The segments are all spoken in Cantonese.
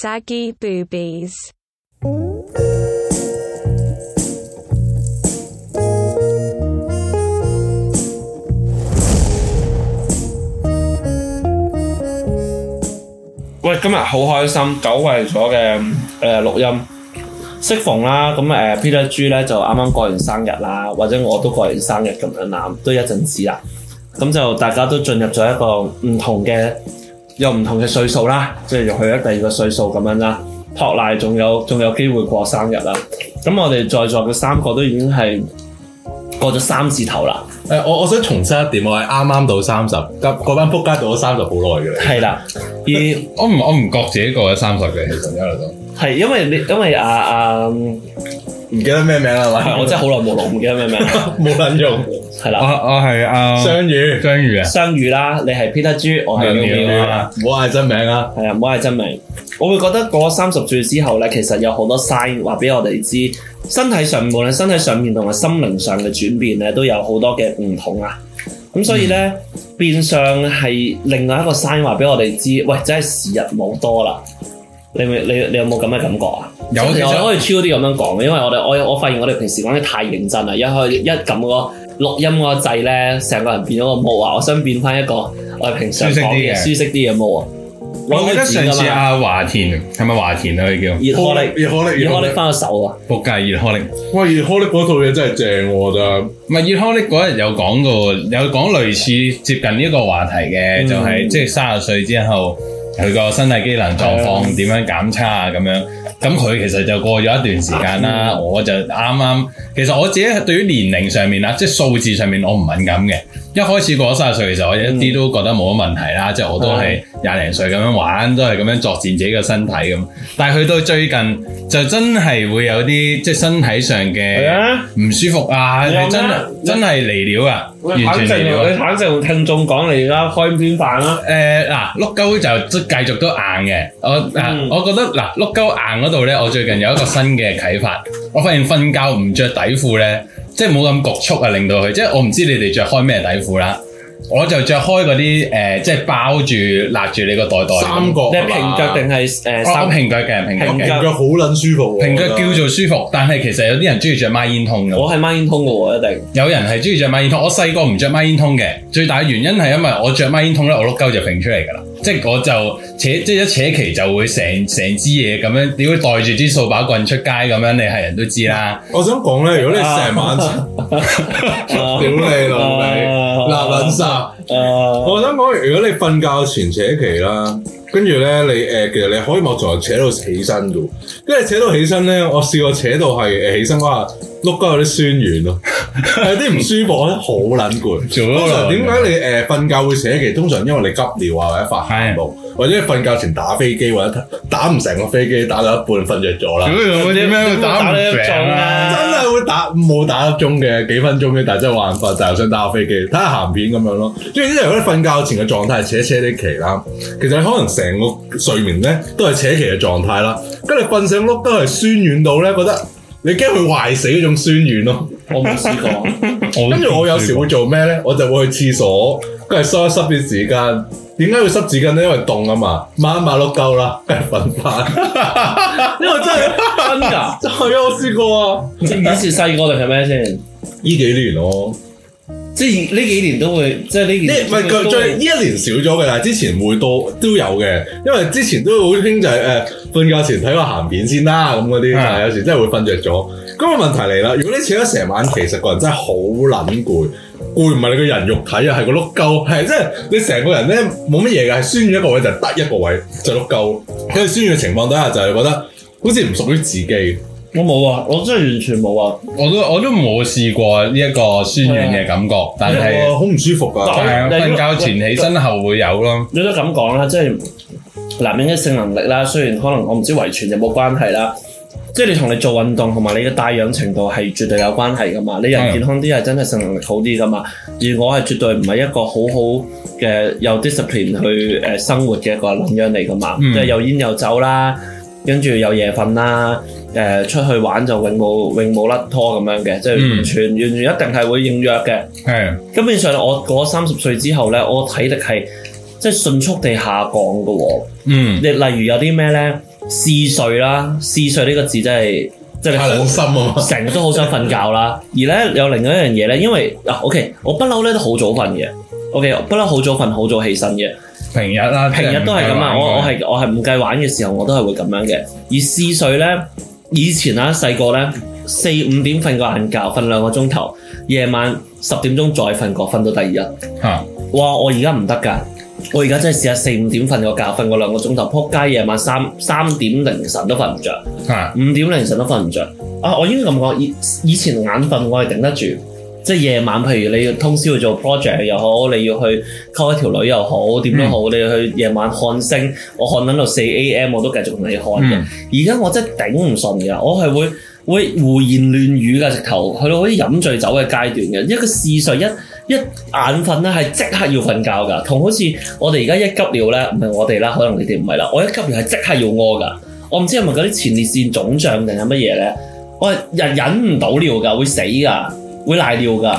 saggy boobies. 喂，今日好開心，久違咗嘅誒錄音，適逢啦，咁誒、呃 Peter G 咧就啱啱過完生日啦，或者我都過完生日咁樣啦，都一陣子啦，咁就大家都進入咗一個唔同嘅，有唔同嘅歲數啦，即係又去咗第二個歲數咁樣啦，托賴仲有仲有機會過生日啦，咁我哋在座嘅三個都已經係過咗三字頭啦，誒、我我想重申一點，我係啱啱到三十，嗰嗰班撲街到咗三十好耐嘅啦。係啦，而我唔我唔覺自己過咗三十嘅，其實一路都係因為你因為啊啊，嗯唔記得咩名啦，係係我真係好耐冇錄，唔記得咩名啦。冇撚用。係我啦，我係啊雙語，章魚啊，相遇啦，你係 Peter 豬，我係梁妙妙妙啦，啊唔好嗌真名啊！係啊，唔好係真名。我會覺得過咗三十歲之後咧，其實有好多 sign 話俾我哋知，身體上無論身體上面同埋心靈上嘅轉變咧，都有好多嘅唔同啊。咁所以咧，變相係另外一個 sign 話俾我哋知，喂，真係時日冇多啦。你咪你你有冇咁嘅感覺啊？有即係其實其實我可以超啲咁樣講嘅，因為我哋我我發現我哋平時講得太認真啦，一開一撳個錄音嗰個掣咧，成個人變咗個模啊！我想變翻一個我哋平常舒適啲講嘅嘅舒適啲嘅模啊！我記得上次啊，阿華田係咪華田啊？佢叫熱可力，熱可力，熱可力力。翻個手啊！仆街熱可力，喂，熱可力嗰套嘢真係正喎，我覺得。唔係熱可力嗰日有講過，有講類似接近呢個話題嗯嘅，就係即係三十歲之後佢個身體機能狀況點樣檢測啊咁樣。咁佢其實就過咗一段時間啦，嗯我就啱啱其實我自己對於年齡上面啦，啊即係數字上面我唔敏感嘅。一開始過咗三十歲，其實我一啲都覺得冇乜問題嗯啦，即係我都係廿零歲咁樣玩，都係咁樣作戰自己嘅身體咁。但係去到最近就真係會有啲即係身體上係嘅啊，唔舒服啊，係啊係真咩係真係嚟料啊，完坦全誠嚟料同你啊。坦誠同聽眾講，你而家開邊啊飯啦？誒嗱，碌鳩就即繼續都硬嘅。我嗯嗱，我覺得嗱，碌鳩硬嗰度咧，我最近有一個新嘅啟發。我發現瞓覺唔着底褲咧，即係冇咁局促啊，令到佢。即係我唔知你哋着開咩底褲啦，我就着開嗰啲誒，即係包住勒住你個袋袋。三角哦你係係平嘛腳定係誒我我三？平腳嘅，平哦平腳嘅腳平腳好撚舒服喎。平腳我覺叫得做舒服，但係其實有啲人中意着孖煙筒嘅喎。我係孖煙通嘅喎，一定有人係中意着孖煙筒，我細個唔着孖煙筒嘅，最大嘅原因係因為我着孖煙筒咧，我碌鳩就揈出嚟㗎啦，即係我就扯，即係一扯旗就會成成支嘢咁樣，屌袋住支掃把棍出街咁樣，你係人都知啦。我想講咧，如果你啊 成晚 屌你老味，啊嗱撚曬。啊我想講，如果你瞓覺前扯旗啦，跟住咧你誒、其實你可以某程度扯到起身噶，跟住扯到起身咧，我試過扯到係誒起身嗰下碌鳩有啲酸軟咯，有啲唔舒服，我覺得好撚攰。做通咗常點點解你誒瞓覺會扯旗？通常因為你急尿啊，或者發汗露，或者你瞓覺前打飛機，或者打唔成個飛機，打到一半瞓着咗啦。屌你點樣打唔成真啊？係會打冇打粒鐘嘅，幾分鐘嘅，但係真係玩法，就係想打下飛機，睇下鹹片咁樣咯。即係因為如果你瞓覺前嘅狀態係扯扯啲旗啦，其實你可能成個睡眠咧都係扯旗嘅狀態啦，跟住瞓醒碌都係酸軟到咧，覺得你驚佢壞死嗰種酸軟咯。我冇試過。 跟住我有時會做咩咧？我就會去廁所，跟住收一濕啲紙巾。點解要濕紙巾咧？因為凍啊嘛，抹一抹碌夠啦，跟住瞓翻。 因為真係哦真噶？真係啊，我試過啊，即係以前細個定係咩先？依幾年咯。即係呢幾年都會，即係呢幾呢年唔係佢都最呢會一年少咗嘅，但係之前會多都有嘅，因為之前都好興就係誒瞓覺前睇個鹹片先啦，咁嗰啲，嗯啊但係有時真係會瞓着咗。咁個問題嚟啦，如果你扯咗成晚，其實個人真係好撚攰，攰唔係你個人肉體啊，係個碌鳩，係即係你成個人咧冇乜嘢嘅，係酸軟一個位就係得一個位就碌鳩，因為酸軟嘅情況底下就係覺得好似唔屬於自己。我冇啊！我真係完全冇啊！我都我都冇試過呢一個酸軟嘅感覺，但嗯哇係好唔舒服啊但㗎，但係瞓覺前起身後會有咯。你都咁講啦，即係男人嘅性能力啦，雖然可能我唔知遺傳有冇關係啦，即係你同你做運動同埋你嘅帶氧程度係絕對有關係噶嘛。你人係健康啲係真係性能力好啲噶嘛。而我係絕對唔係一個好好嘅有 discipline 去誒生活嘅一個撚樣嚟噶嘛，嗯即係又煙又酒啦，跟住又夜瞓啦。誒、出去玩就永冇永冇甩拖咁樣嘅，即係完全、完全一定係會應約嘅。係咁變相我過三十歲之後咧，我體力係即係迅速地下降嘅喎、嗯你例如有啲咩咧？嗜睡啦，嗜睡呢個字真係真係太好良心啊嘛，成日都好想瞓覺啦。而咧有另外一樣嘢咧，因為啊，OK，我不嬲咧都好早瞓嘅。OK，我不嬲好早瞓，好早起身嘅。平日啦，平日都係咁啊！我我係我係唔計玩嘅時候，我都係會咁樣嘅。而試水咧，以前啦細個咧，四五點瞓個晏覺，瞓兩個鐘頭，夜晚十點鐘再瞓過，瞓到第二日。嚇哇！我而家唔得㗎，我而家真係試下四五點瞓個覺，瞓個兩個鐘頭，撲街夜晚三三點凌晨都瞓唔着，嚇五點凌晨都瞓唔着。啊！我應該咁講，以以前眼瞓我係頂得住，即係夜晚，譬如你要通宵去做 project 又好，你要去溝一條女又好，點都好，你要去夜晚看星，我看緊到四 A.M. 我都繼續同你看嘅。嗯而家我真係頂唔順㗎，我係會會胡言亂語㗎，直頭去到好似飲醉酒嘅階段嘅，一個嗜睡一一眼瞓咧係即刻要瞓覺㗎，同好似我哋而家一急尿咧，唔係我哋啦，可能你哋唔係啦，我一急尿係即刻要屙㗎，我唔知係咪嗰啲前列腺腫脹定係乜嘢咧，我係忍忍唔到尿㗎，會死㗎，會賴尿㗎，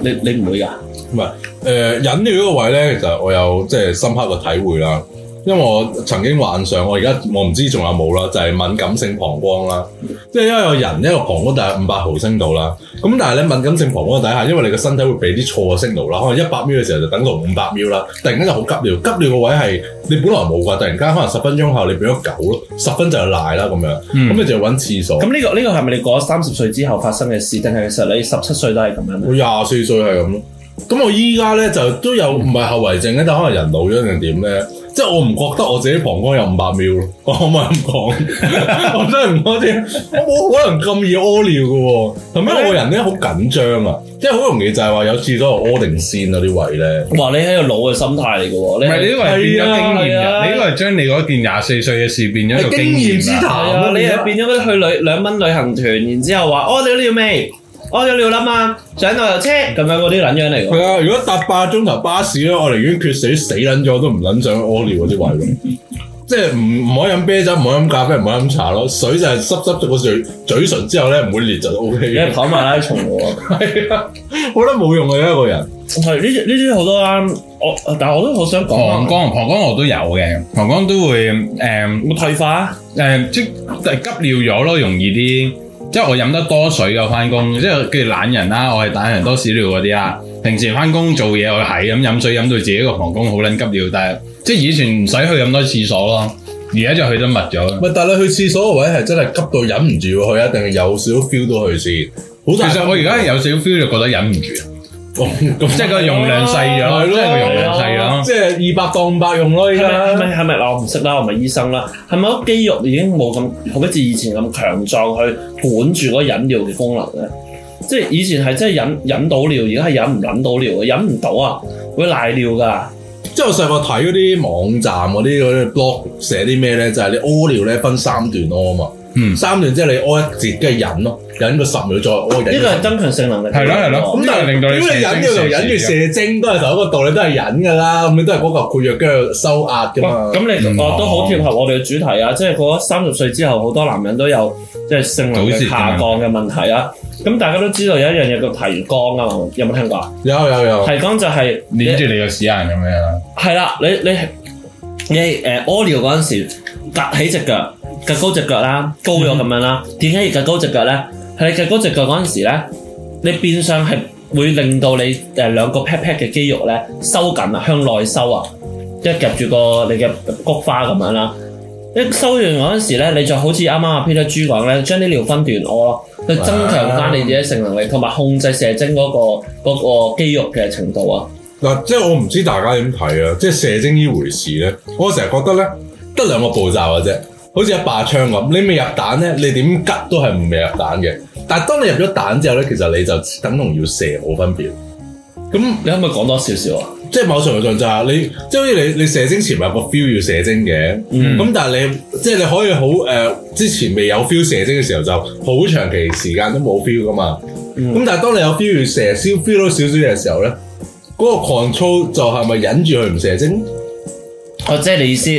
你你唔會㗎？誒、飲料嗰個位咧，其實我有即係深刻嘅體會啦。因為我曾經幻想，我而家我唔知仲有冇啦，就係、敏感性膀胱啦。即係因為有人一個膀胱大概五百毫升度啦，咁但係咧敏感性膀胱底下，因為你個身體會俾啲錯嘅 signal 啦，可能一百秒嘅時候就等同五百秒啦，突然間就好急尿，急尿個位係你本來冇㗎，突然間可能十分鐘後你變咗九咯，十分就係賴啦咁樣，咁、嗯你就要揾廁所。咁呢、個呢、個係咪你過咗三十歲之後發生嘅事，定係其實你十七歲都係咁樣呢我廿四歲係咁咯。咁我依家咧就都有唔係後遺症咧，但可能人老咗定點咧，即係我唔覺得我自己膀胱有五百秒咯。 我可唔可以咁講？ 我真係唔多知，我冇可能咁易屙尿嘅喎。同埋我個人咧好緊張啊，即係好容易就係話有廁所就屙定先啊啲位咧。哇！你係一個老嘅心態嚟嘅喎，啊唔你係你係呢個係變咗經驗係啊係啊人，你呢個係將你嗰件廿四歲嘅事變咗一個係啊經經驗之驗啦。談係啊咯，你變咗係變咗嗰啲去旅兩蚊旅行團，然之後話哦屙尿尿未？屙咗尿啦嘛，上落油車咁樣嗰啲撚樣嚟㗎。係啊，如果搭八個鐘頭巴士咧，我寧願決死死撚咗都唔撚想屙尿嗰啲位咯。即係唔唔可以飲啤酒，唔可以飲咖啡，唔可以飲茶咯。水就係濕濕咗個嘴嘴唇之後咧，唔會裂就 O K 你 嘅係。跑馬拉松嘅喎，係啊，我覺得冇用嘅一個人。係呢啲呢啲好多啦。我但係我都好想講膀啊，胱，膀胱我都有嘅，膀胱都會誒會退化啊誒，即係急尿咗咯，容易啲。即係我飲得多水嘅翻工，即係跟住懶人啊啦，我係懶人多屎尿嗰啲啦。平時翻工做嘢，我係咁飲水飲到自己個膀胱好撚急尿，但係即係以前唔使去咁多廁所咯，而家就去得密咗。喂，但係你去廁所個位係真係急到忍唔住要去，一定係有少少 feel 到去先。好其大，實我而家有少少 feel 就覺得忍唔住，哦咁即係個容量細係咗，咯即係個容量細咗。即係二百當五百用咯，依係啊咪家係咪係咪嗱？我唔識啦，我唔係醫生啦。係咪個肌肉已經冇咁好似以前咁強壯去管住嗰忍尿嘅功能咧？即係以前係真係忍忍到尿，而家係忍唔忍到尿嘅，忍唔到啊，會賴尿㗎。即係我細個睇嗰啲網站嗰啲嗰啲 blog 寫啲咩咧，就係、你屙尿咧分三段屙啊嘛，嗯三段之後你屙一節，跟住忍咯，忍個十秒再屙，呢忍個個係增強性能力。係咯係咯咁但係呢個令到你如果你忍尿同忍住啊射精都係同一個道理，都係忍噶啦，咁你都係嗰嚿括約跟住收壓噶哇嘛。咁你嗯哦都好貼合我哋嘅主題啊！即係過咗三十歲之後，好多男人都有即係性能力早泄下㗎嘛降嘅問題啊！咁大家都知道有一樣嘢叫提肛啊嘛，有冇聽過啊？有有有提，肛就係你捏住你個屎眼咁樣啦，係啦，你你你誒屙尿嗰陣時，趌起只腳，趌高只腳啦，高咗咁樣啦。點解要趌高只腳咧？係你趌高只腳嗰陣時咧，你變相係會令到你誒兩個 pat pat 嘅肌肉咧收緊啊，向內收啊，一夾住個你嘅菊花咁樣啦。一收完嗰陣時咧，你就好似啱啱阿 Peter 豬講咧，將啲尿分段屙咯，去增強翻你自己性能力，同埋控制射精嗰、個嗰、個肌肉嘅程度啊。嗱，即係我唔知大家點睇啊，即係射精呢回事咧，我成日覺得咧，得兩個步驟嘅啫，好似一把槍咁，你未入蛋咧，你點吉都係唔未入蛋嘅。但係當你入咗蛋之後咧，其實你就等同要射冇分別。咁你可唔可以講多少少啊？即係某程度上就係你，即係好似你你射精前咪有個 feel 要射精嘅，咁、嗯但係你即係你可以好誒、呃之前未有 feel 射精嘅時候就好長期時間都冇 feel 噶嘛，咁、嗯但係當你有 feel 要射先 feel 到少少嘅時候咧，嗰、個 control 就係咪忍住佢唔射精？哦，即係你意思，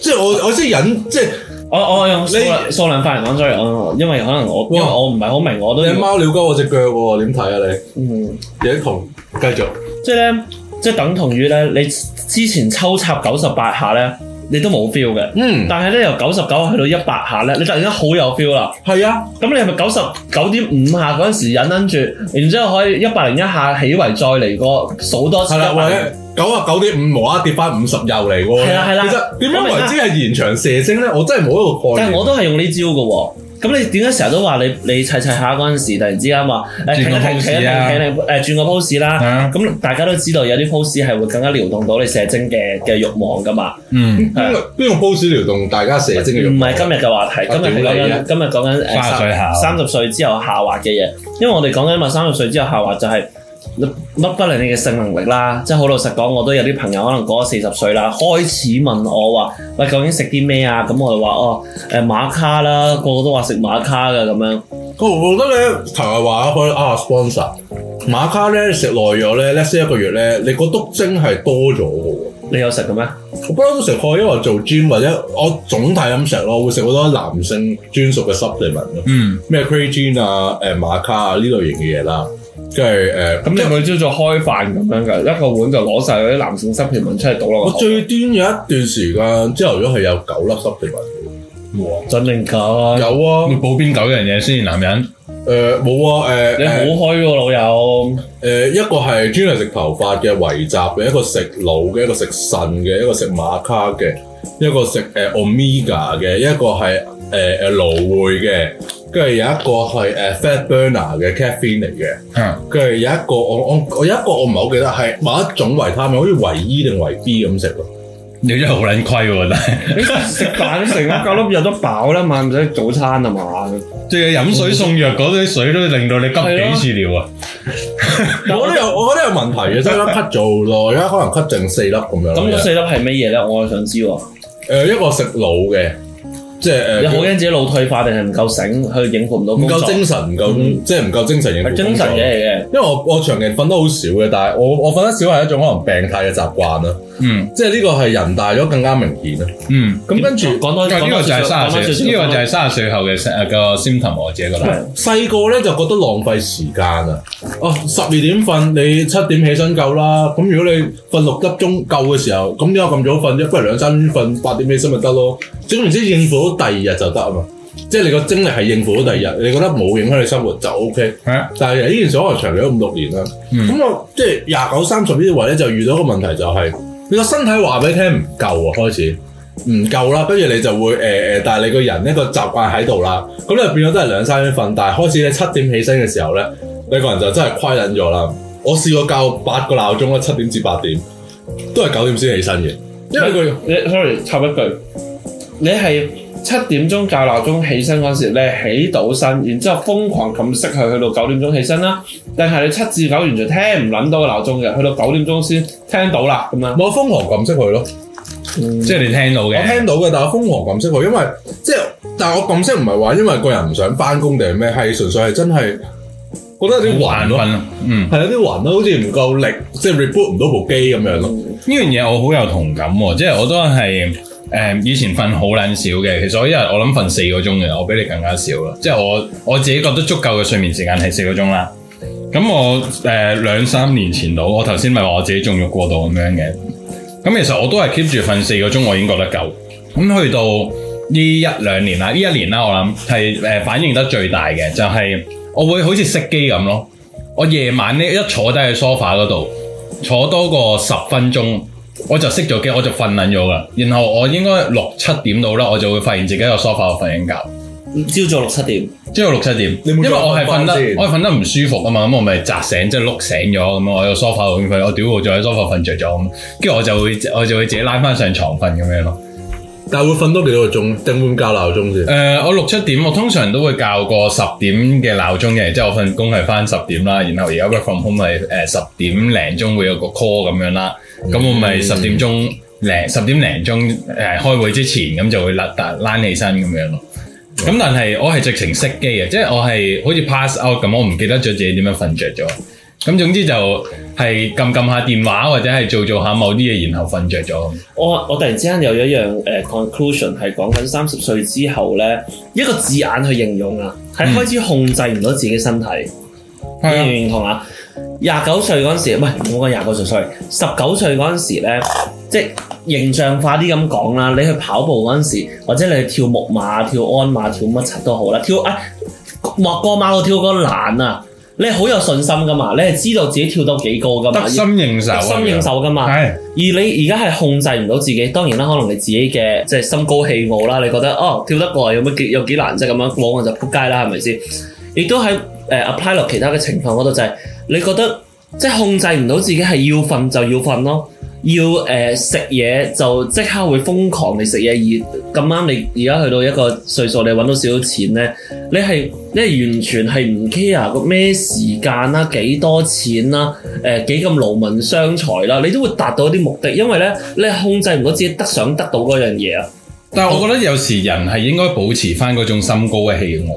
即係我我即係忍，即係我我用數量你數量法嚟講，sorry，我因為可能我因為我唔係好明，我都你要貓尿鳩我隻腳喎，點睇啊嗯，你？有啲同繼續即係咧，即係等同於咧，你之前抽插九十八下咧，你都冇 feel 嘅。嗯，但係咧由九十九去到一百下咧，你突然間好有 feel 啦。係啊，咁你係咪九十九點五下嗰陣時忍忍住，然之後可以一百零一下起圍再嚟個數多次係啦，或101者九啊九點五無啦啦跌翻五十又嚟喎。係啦係啦其實點樣為之係延長射精咧？我真係冇一個概但係啊念。我都係用呢招嘅喎。咁你點解成日都話你你砌砌下嗰陣時，突然之間話誒停轉個一停 pose 停一啊停停停誒轉個 pose 啦。啊，咁大家都知道有啲 pose 係會更加撩動到你射精嘅嘅慾望噶嘛，嗯，邊個邊個 pose 撩動大家射精嘅慾啊唔望係今日嘅話題，今日係屌講你啊緊今日講緊三十歲下三十歲之後下滑嘅嘢，因為我哋講緊話三十歲之後下滑就係你乜不論你嘅性能力啦，即係好老實講，我都有啲朋友可能過咗四十歲啦，開始問我話喂究竟食啲咩啊？咁我就話哦誒馬卡啦，個個都話食馬卡嘅咁樣，我覺得咧，頭日話開啊 sponsor 馬卡咧食耐咗咧，let's say 一個月咧，你個督精係多咗嘅喎。你有食嘅咩？我不嬲都食開，因為做 gym 或者我總體咁食咯，會食好多男性專屬嘅 supplement 咯，嗯，咩 creatine 啊、誒馬卡啊呢類型嘅嘢啦，跟住誒咁你每朝早開飯咁樣㗎，一個碗就攞晒嗰啲男性濕片文出嚟倒落我最端有一段時間朝頭早係有九粒 supplement，真定假？有有啊你，嗯保嗯邊九樣嘢先，男人誒冇啊，誒你好誒虛喎，老友。誒一個係專係食頭髮嘅維集嘅，一個食腦嘅，一個食腎嘅，一個食馬卡嘅，一個食誒 omega 嘅，一個係誒誒蘆薈嘅，跟住有一個係誒 fat burner 嘅 caffeine 嚟嘅。嗯，跟住有一個我我我有一個我唔係好記得係某一種維他命，好似維 E 定維 B 咁食咯。你真係好撚虧喎，但係你食飯食咗九粒藥都飽啦嘛，唔使早餐啊嘛。 最近飲水送藥嗰啲水都令到你急幾次尿啊，我覺得有我覺得有問題嘅，即係啱啱 cut 咗好多，而家可能 cut 剩四粒咁樣。咁嗰誒、四粒係乜嘢咧？我係想知喎。一個食腦嘅，即係你好誒驚自己腦退化定係唔夠醒，去應付唔到唔工作？夠精神，唔夠、即係唔夠精神嘅係精神嘢。嚟嘅。因為我我長期瞓得好少嘅，但係我我瞓得少係一種可能病態嘅習慣啦。嗯即係呢個係人大咗更加明顯啦。嗯，咁跟住。講多呢個就係三十歲，呢個就係三十歲後嘅誒個 symptom 我自己覺得，細個咧就覺得浪費時間啊！哦，十二點瞓，你七點起身夠啦。咁如果你瞓六粒鐘夠嘅時候，咁點解咁早瞓啫？不如兩三點瞓，八點起身咪得咯。總言之，應付到第二日就得啊嘛。即係你個精力係應付到第二日，你覺得冇影響你生活就 O K。係啊但係呢件事可能長咗五六年啦。嗯咁、我即係廿九三十呢啲位咧，就遇到一個問題就係、你個身體話俾你聽唔夠啊，開始唔夠啦，跟住你就會誒誒、呃但係你個人呢個習慣喺度啦，咁你就變咗都係兩三點瞓，但係開始你七點起身嘅時候咧，你個人就真係虧撚咗啦。我試過校八個鬧鐘啦，七點至八點，都係九點先起身嘅，因為佢你 sorry 插一句，你係七點鐘教鬧鐘起身嗰時，你係起到身，然之後瘋狂撳熄佢，去到九點鐘起身啦。但係你七至九完全聽唔撚到個鬧鐘嘅，去到九點鐘先聽到啦咁樣。我瘋狂撳熄佢咯。嗯即係你聽到我嘅，聽到嘅，但係我瘋狂撳熄佢，因為即係，但係我撳熄唔係話因為個人唔想翻工定係咩，係純粹係真係覺得有啲暈眼咯，瞓，嗯。係有啲暈咯，好似唔夠力，即係 reboot 唔到部機咁樣咯。呢樣嘢我好有同感喎，即係我都係誒、以前瞓好撚少嘅，其實我一日我諗瞓四個鐘嘅，我比你更加少啦。即係我我自己覺得足夠嘅睡眠時間係四個鐘啦。咁我誒兩三年前度，我頭先咪話我自己中咗過度咁樣嘅。咁其實我都係 keep 住瞓四個鐘，我已經覺得夠。咁去到呢一兩年啦，呢一年啦，我諗係誒反應得最大嘅就係、我會好似熄機咁咯。我夜晚咧一坐低喺 sofa 嗰度。坐多過十分鐘，我就熄咗機，我就瞓撚咗啦。然後我應該六七點到啦，我就會發現自己喺個 sofa 度瞓緊覺，朝早六七點。即係六七點。你因冇為我係瞓得再瞓先，我係瞓得唔舒服啊嘛，咁我咪扎醒，即係碌醒咗咁樣。我喺個 sofa 度瞓，我屌我就喺 sofa 瞓着咗咁，跟住我就會我就會自己拉翻上床瞓咁樣咯。但係會瞓多幾多個鐘，定會唔教鬧鐘誒、先？呃我六七點我通常都會校個十點嘅鬧鐘嘅，即係我份工係翻十點啦，然後而家 work from home 係誒十點零鐘會有個 call 咁樣啦，咁、我咪十點鐘零十點零鐘誒、開會之前咁就會甩突躝起身咁樣咯。咁但係我係直情熄機嘅，即係我係好似 pass out 咁，我唔記得咗自己點樣瞓着咗。咁總之就係撳撳下電話或者係做做下某啲嘢，然後瞓着咗。我我突然之間有一樣誒、呃 conclusion 係講緊三十歲之後咧，一個字眼去形容啊，係嗯開始控制唔到自己身體，你認唔啊係啊認同啊？廿九歲嗰陣時，唔係唔好講廿九歲，sorry，十九歲嗰陣時咧，即係形象化啲咁講啦，你去跑步嗰陣時，或者你去跳木馬、跳鞍馬、跳乜柒都好啦，跳啊莫過馬路跳個欄啊，你係好有信心噶嘛，你係知道自己跳到幾高噶嘛，得心應手啊，得心應手噶嘛。係而你而家係控制唔到自己，當然啦，可能你自己嘅即係心高氣傲啦，你覺得哦跳得過有乜幾有幾難啫咁樣，往我就撲街啦，係咪先？亦都喺誒、呃 apply 落其他嘅情況嗰度就係、你覺得即係控制唔到自己係要瞓就要瞓咯，要誒食嘢就即刻會瘋狂地食嘢，而咁啱你而家去到一個歲數，你揾到少少錢咧，你係你係完全係唔 care 個咩時間啦、幾多錢啦、誒幾咁勞民傷財啦，你都會達到啲目的，因為咧你係控制唔到自己得想得到嗰樣嘢啊，但係我覺得有時人係應該保持翻嗰種心高嘅氣傲，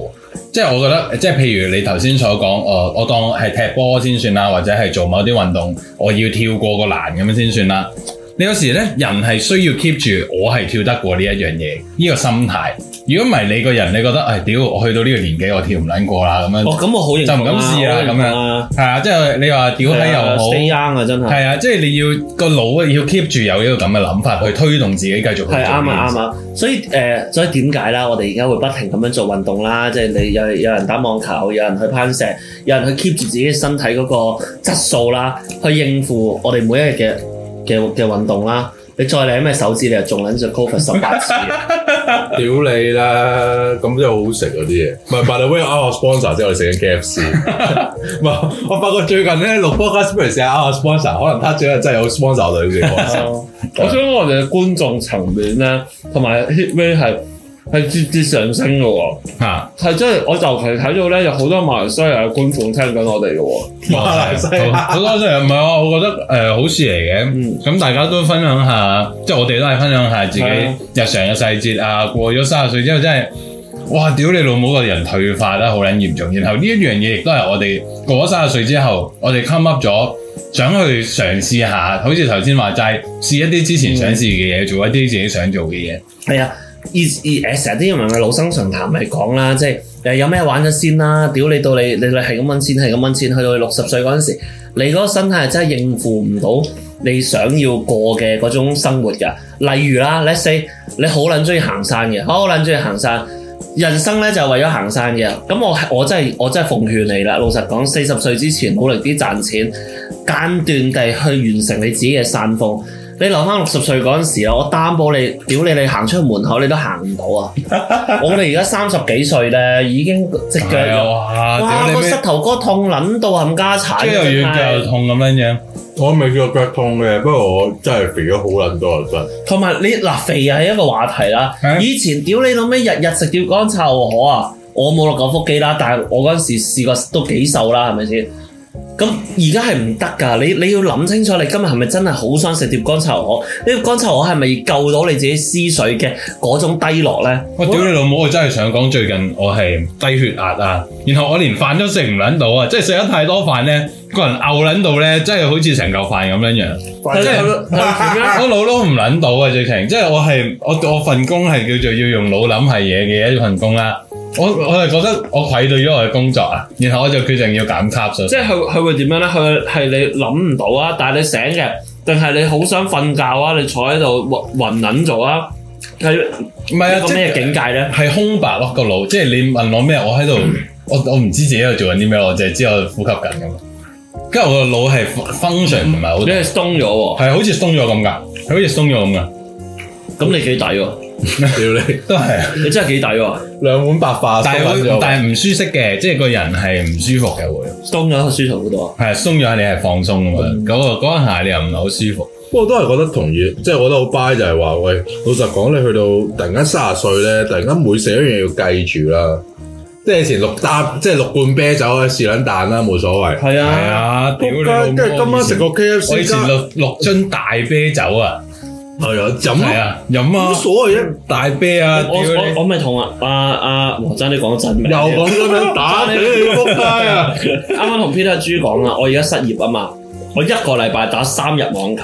即係我覺得，即係譬如你頭先所講，誒、我當係踢波先算啦，或者係做某啲運動，我要跳過個欄咁樣先算啦。你有時咧，人係需要 keep 住我係跳得過呢一樣嘢，呢、個心態。如果唔係你個人，你覺得誒、唉屌，我去到呢個年紀，我跳唔撚過啦咁樣。哦咁我好認就唔同敢試啦我好認同啊係啊，即係你話屌閪又好。 ，stay young 啊真係。係啊，即係你要個腦要 keep 住有呢個咁嘅諗法去推動自己繼續去做係啱呢件啊事啱啊，所以誒、呃所以點解啦？我哋而家會不停咁樣做運動啦，即係你有有人打網球，有人去攀石，有人去 keep 住自己身體嗰個質素啦，去應付我哋每一日嘅嘅嘅運動啦。你再舐咩手指，你又仲撚咗 cover 十 八次。屌你啦，咁真係好食嗰啲嘢。唔係，by the way，啱我 sponsor 之後，我哋食緊 K F C。唔係，我發覺最近咧錄 podcast 不如試下啱我 sponsor，可能他最近真係有 sponsor 我 哋嘅。哦我想我哋嘅觀眾層面咧，同埋 hit rate 係係節節上升嘅喎，嚇。係真係我就係睇到咧有好多馬來西亞嘅觀眾聽緊我哋嘅喎。馬來西亞好多謝，唔係啊，我覺得誒、呃好事嗯嚟嘅。咁、大家都分享下，即係我哋都係分享下自己係啊日常嘅細節啊。過咗三十歲之後，真係哇！屌你老母個人退化得好撚嚴重。然後呢一樣嘢亦都係我哋過咗三十歲之後，我哋 come up 咗，想去嘗試下，好似頭先話齋，試一啲之前想試嘅嘢，做一啲自己想做嘅嘢。係啊，而而誒成日啲人咪老生常談咪講啦，即係誒有咩玩咗先啦，屌你到你你你係咁揾錢係咁揾錢，去到你六十歲嗰陣時，你嗰個身體係真係應付唔到你想要過嘅嗰種生活㗎。例如啦，let's say 你好撚中意行山嘅，好撚中意行山。人生咧就係為咗行山嘅，咁我係我真係我真係奉勸你啦。老實講，四十歲之前努力啲賺錢，間斷地去完成你自己嘅散步。你留翻六十歲嗰陣時啊，我擔保你，屌你，你行出門口你都行唔到啊！我哋而家三十幾歲咧，已經隻腳係又啊哇！哇屌個你膝咩？頭哥痛撚到冚家產，即係又要腳又真係痛咁樣樣。我未叫過腳痛嘅，不過我真係肥咗好撚多啊！真係。同埋你嗱肥又係一個話題啦係。以前屌你老尾日日食吊乾臭河啊！我冇落過腹肌啦，但係我嗰陣時試過都幾瘦啦，係咪先？咁而家係唔得㗎，你你要諗清楚，你今日係咪真係好想食碟乾臭河？呢碟乾臭河係咪救到你自己思緒嘅嗰種低落呢？我屌你老母！我真係想講最近我係低血壓啊，然後我連飯都食唔撚到啊，即係食得太多飯咧，個人嘔撚到咧，真係好似成嚿飯咁樣樣，係真係 我腦都唔撚到啊！最近即係我係我我份工係叫做要用腦諗係嘢嘅一份工啦，我我係覺得我愧對咗我嘅工作啊，然後我就決定要減卡咗。即係佢佢會點樣咧？佢係你諗唔到啊，但係你醒嘅，定係你好想瞓覺啊？你坐喺度暈暈撚咗啊？係唔係啊，一個即咩係境界咧？係空白咯個腦，即係你問我咩，我喺度，嗯我我唔知自己喺度做緊啲咩，我淨係知我呼吸緊咁咯。跟住我個腦係 function 唔係好你係嗯鬆咗喎，係好似鬆咗咁噶，係好似鬆咗咁噶，咁你幾抵喎？屌你，都係。你真係幾抵喎？兩碗白飯但係收撚會啊咗但係唔舒適嘅，即係個人係唔舒服嘅會。鬆咗舒服好多。係鬆咗，你係放鬆噶嘛？嗯嗰、個嗰一下你又唔係好舒服。不過都係覺得同意，即係我覺得好 buy 就係話，喂，老實講，你去到突然間三十歲咧，突然間每食一樣嘢要記住啦。即係以前六單，即係六罐啤酒啊，試撚蛋啦，冇所謂。係係啊，啊，屌你老跟母！住今晚食個 K F 我 C 以加前六六樽大啤酒啊，係啊，飲係咯，啊，飲冇啊，所謂啊。大啤啊，我屌我你！我咪同阿阿阿黃生你講真名 又講咗樣打俾你仆街啊！啱啱同 Peter 豬講啦，我而家失業啊嘛，我一個禮拜打三日網球，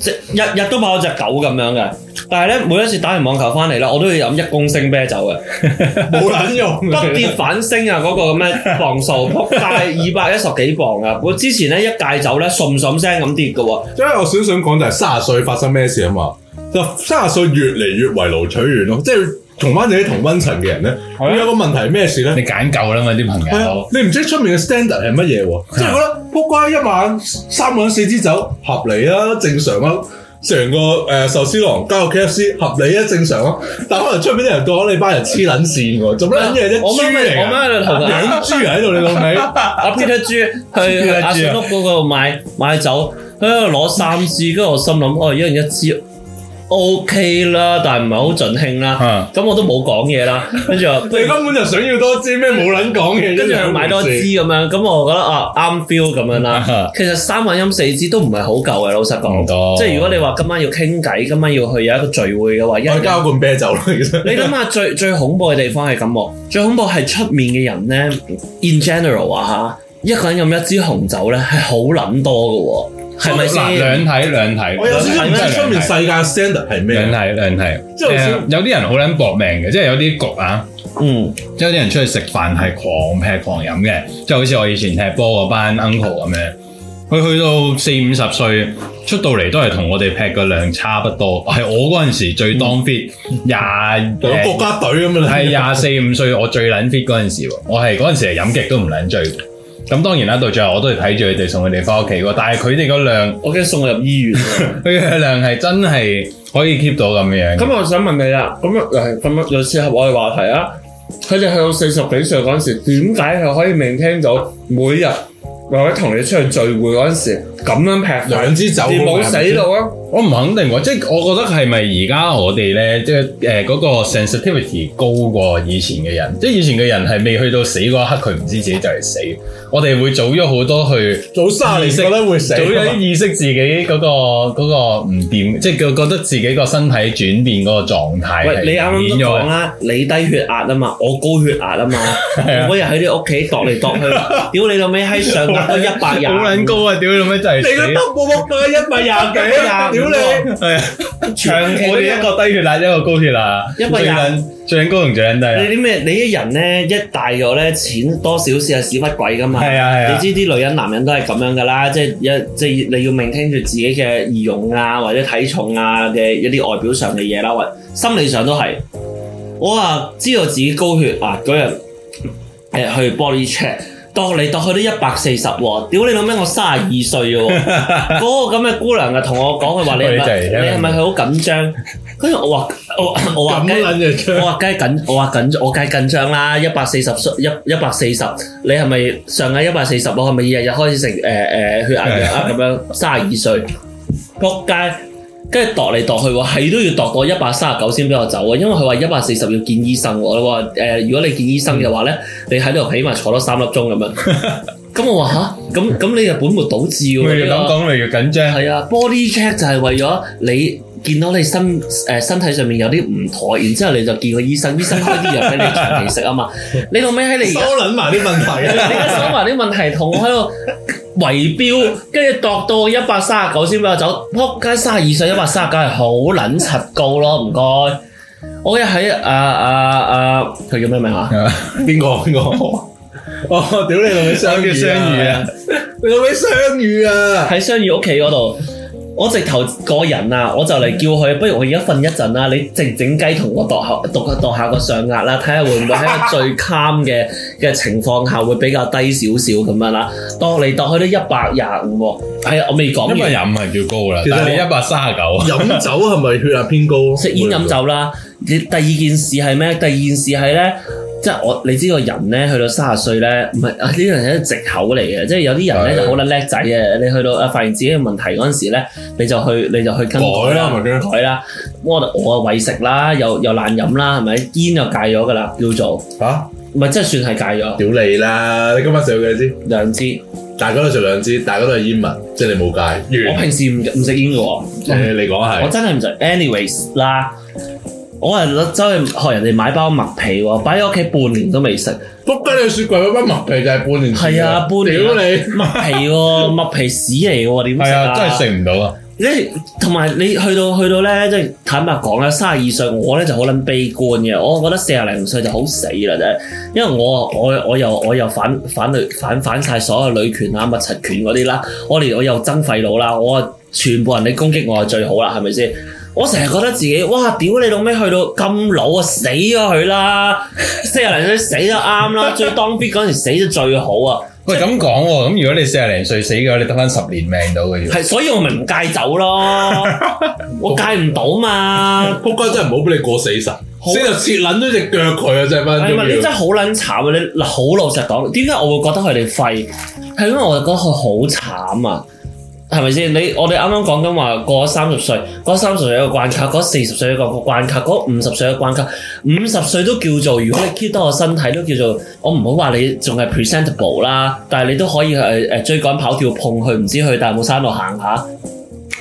即日日都跑只狗咁樣嘅。但係咧，每一次打完網球翻嚟咧，我都要飲一公升啤酒 嘅，冇撚用不 跌反升啊！嗰、個咩磅數，仆街二百一十幾磅啊！我之前咧一戒酒咧，唰唰聲咁跌嘅喎。因為我少想講就係三十歲發生咩事啊嘛，就三十歲越嚟越圍爐取暖咯，即係同翻自己同温層嘅人咧，係啊會有個問題係咩事咧？你揀夠啦嘛啲朋係友啊，，你唔知出面嘅 standard 係乜嘢喎，即係覺啊得仆街一晚三個人四支酒合理啊，正常啊。成個誒、呃、壽司郎加個 K F C 合理啊，正常啊。但可能出面啲人覺得你班人黐撚線喎，做乜撚嘢啫？我豬媽咪嚟我媽咪㗎就同我養豬啊喺度，你老 味。阿 Peter 豬去去阿信屋嗰度買買酒，喺度攞三支，跟住我心諗，哦，一人一支，OK 啦，但係唔係好盡興啦。啊，咁我都冇講嘢啦，跟住我你根本就想要多支咩冇撚講嘅，跟住又又買多支咁樣，咁我覺得啊啱 feel 咁樣啦。啊其實三個音四支都唔係好夠嘅，老實唔講。多，即係如果你話今晚要傾偈，今晚要去有一個聚會嘅話，一我人交罐啤酒咯，其實你諗下最最恐怖嘅地方係咁喎，最恐怖係出面嘅人咧，in general 啊嚇，一個人飲一支紅酒咧係好撚多嘅喎，係咪嗱先？兩睇兩睇， 我有少少唔知出面世界 standard 兩係咩，睇兩睇，即係好誒似有啲人好撚搏命嘅，即係有啲局啊。嗯，即係有啲人出去食飯係狂劈狂飲嘅，即係好似我以前踢波嗰班 uncle 咁樣，佢去到四五十歲出到嚟都係同我哋劈嘅量差不多，係我嗰陣時最當 fit 廿嗯有誒國家隊咁樣啦，係廿 四五歲我最撚 fit 嗰陣時喎，我係嗰陣時係飲極都唔撚醉。咁當然啦，到最後我都係睇住佢哋送佢哋翻屋企喎，但係佢哋個量，我驚送我入醫院喎。 佢嘅量係真係可以 keep 到咁樣嘅。咁我想問你啦，咁又係咁啊樣又切合我嘅話題啊！佢哋去到四十幾歲嗰陣時，點解佢可以 maintain 到每日或者同你出去聚會嗰陣時咁樣劈兩支酒，而冇死到啊？我唔肯定喎，即係我覺得係咪而家我哋咧，即係誒呃嗰個 sensitivity 高過以前嘅人，即係以前嘅人係未去到死嗰一刻，佢唔知自己就係死。我哋會早咗好多去早卅年覺得會死早，咗意識自己嗰、個嗰、個唔掂，即係佢覺得自己個身體轉變嗰個狀態係喂，你啱啱顯都咗講啦，你低血壓啊嘛，我高血壓啊 嘛，我嗰日喺你屋企度嚟度去，屌你老尾喺上壓到一百廿，好撚高啊！屌你咩就係你個死得。冇冇到一百廿 幾啊！屌你，係啊，長期我哋一個低血壓，一個高血壓，一個最人撚最撚高同最撚低啊你啲咩？你啲人咧一大咗咧，錢多少少係屎忽鬼噶嘛。係啊係啊你知啲女人男人都係咁樣噶啦，即係一即係你要 maintain 住自己嘅儀容啊，或者體重啊嘅一啲外表上嘅嘢啦，或心理上都係。我啊知道自己高血壓嗰日，誒去 body check。度嚟度去都一百四十喎，屌你老咩！我三十二歲 嘅喎，嗰個咁嘅姑娘啊，同我講佢話你係佢就咪係你係咪佢好緊張？跟住我話我我話咁啊梗撚嘅我槍，話梗係緊，我話緊，我梗係緊張啦！一百四十歲，一一百四十，你係咪上緊一百四十？我係咪日日開始食誒誒血壓藥啊？咁樣三十二歲，仆街！跟住度嚟度去喎，係都要度到一百三十九先俾我走啊！因為佢話一百四十要見醫生喎，我話誒、如果你見醫生嘅話咧，你喺度起碼坐多三粒鐘咁 樣。咁我話吓，咁咁你係本末倒置喎！咪呢個要咁講，咪要緊張。係啊，body check 就係為咗你見到你身誒、身體上面有啲唔妥，然之後你就見個醫生，醫生開啲藥俾你長期食啊嘛。你老尾喺你收而 家撚埋啲問題你而家收埋啲問題同我喺度圍標，跟住度到一百三十九先俾我走，撲街三十二歲一百三十九係好撚柒高咯，唔該。我一喺啊啊啊，佢叫咩名啊？邊個邊個？哦，屌你老味相遇叫相遇啊！你老味相遇啊！喺雙魚屋企嗰度，我直頭個人啊，我就嚟叫佢，不如我而家瞓一陣啦，你靜靜雞同我度下度度下個上壓啦，睇下會唔會喺個最 calm 嘅嘅情況下會比較低少少咁樣啦，度嚟度去都一百廿五喎，係啊，我未講一百完，廿五係叫高啦，其實但係你我一百三十九，飲酒係咪血壓偏高？食煙飲酒啦，你第二件事係咩？第二件事係咧。即係我，你知個人咧，去到三十歲咧，唔係啊呢樣嘢係藉口嚟嘅，即係有啲人咧係就好撚叻仔嘅，你去到啊發現自己嘅問題嗰陣時咧，你就去你就去更改啦，咪佢改啦，我我喂食啦，又又難飲啦，係咪？煙又戒咗噶啦，叫做嚇！唔係真係算係戒咗屌你啦！你今晚食咗幾支？兩支。大家都食兩支，大家都係煙民，即係你冇戒。我平時唔唔食煙嘅喎，誒，你講係我。真係唔食。anyways 啦，我係走去學人哋買包麥皮喎，擺喺屋企半年都未食。仆街你雪櫃嗰包麥皮就係半年前㗎係啊，半年屌你！麥皮喎，麥皮屎嚟喎，點係食啊，啊？真係食唔到啊！即係同埋你去到去到咧，即係坦白講啦，三十二歲我咧就好撚悲觀嘅，我覺得四廿零歲就好死啦啫，因為我我我又我又反反女反反晒所有女權啊、物質權嗰啲啦，我連我又憎廢佬啦，我啊全部人你攻擊我係最好啦，係咪先？我成日覺得自己哇，屌你老味去到咁老啊，死咗佢啦， 四廿零歲死就啱啦，最當兵嗰陣時死咗最好啊！喂，咁講喎，咁如果你四廿零歲死嘅話，你得翻十年命到嘅啫。係，所以我咪唔戒酒咯，我戒唔到嘛。仆街真係唔好俾你過死神，好死就切撚咗只腳佢啊！真係分哎係分咪你鐘真係要。好撚慘啊！你嗱，好老實講，點解我會覺得佢哋廢？係因為我覺得佢好慘啊，係咪先？你我哋啱啱講緊話過咗三十歲，過咗三十歲一個關卡，過咗四十歲一個關卡，過咗五十歲一個關卡，五十歲都叫做，如果你 keep 得個身體都叫做，我唔好話你仲係 presentable 啦，但係你都可以誒誒、呃追趕跑跳碰佢，唔知去大帽山度行下。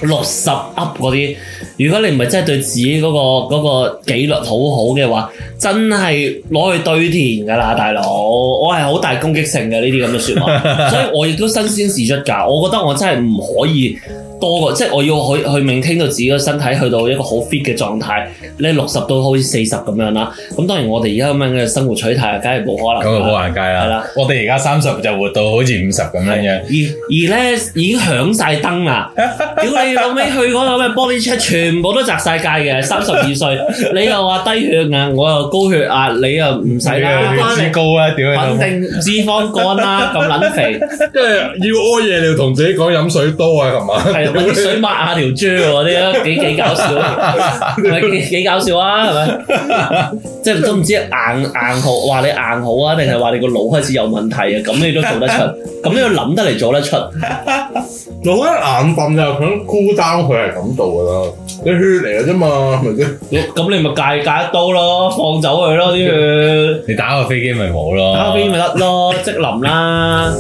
六十 up 嗰啲，如果你唔係真係對自己嗰、個嗰、個紀律好好嘅話，真係攞去堆填㗎啦，大佬！我係好大攻擊性嘅呢啲咁嘅説 話，所以我亦都新鮮事出㗎。我覺得我真係唔可以多過，即係我要去去 maintain 到自己個身體去到一個好 fit 嘅狀態。你六十到好似四十咁樣啦，咁當然我哋而家咁樣嘅生活取態，梗係冇可咁能就好啦。難計係啦啦。我哋而家三十就活到好似五十咁樣樣。而而咧已經響晒燈啦！屌你老尾去嗰個咩 body check，全部都擲晒界嘅，三十二歲，你又話低血壓，我又高血壓，你又唔使啦，你關知你高啦，屌你老肯母！定脂肪肝啦，咁撚肥，即係要屙嘢，你要同自己講飲水多啊，係嘛？係揾啲水抹下條豬嗰啲啊，幾幾搞笑，啊係咪幾幾搞笑啊？係咪？即係都唔知硬硬好，話你硬好啊，定係話你個腦開始有問題啊？咁你都做得出，咁你要諗得嚟做得出，我覺得眼瞓就想 cool down，佢係咁做噶啦，你血嚟嘅啫嘛，係咪先？咁你咪戒戒一刀咯，放走佢咯啲血。你打個飛機咪冇咯。 打飛咪得咯，即淋啦。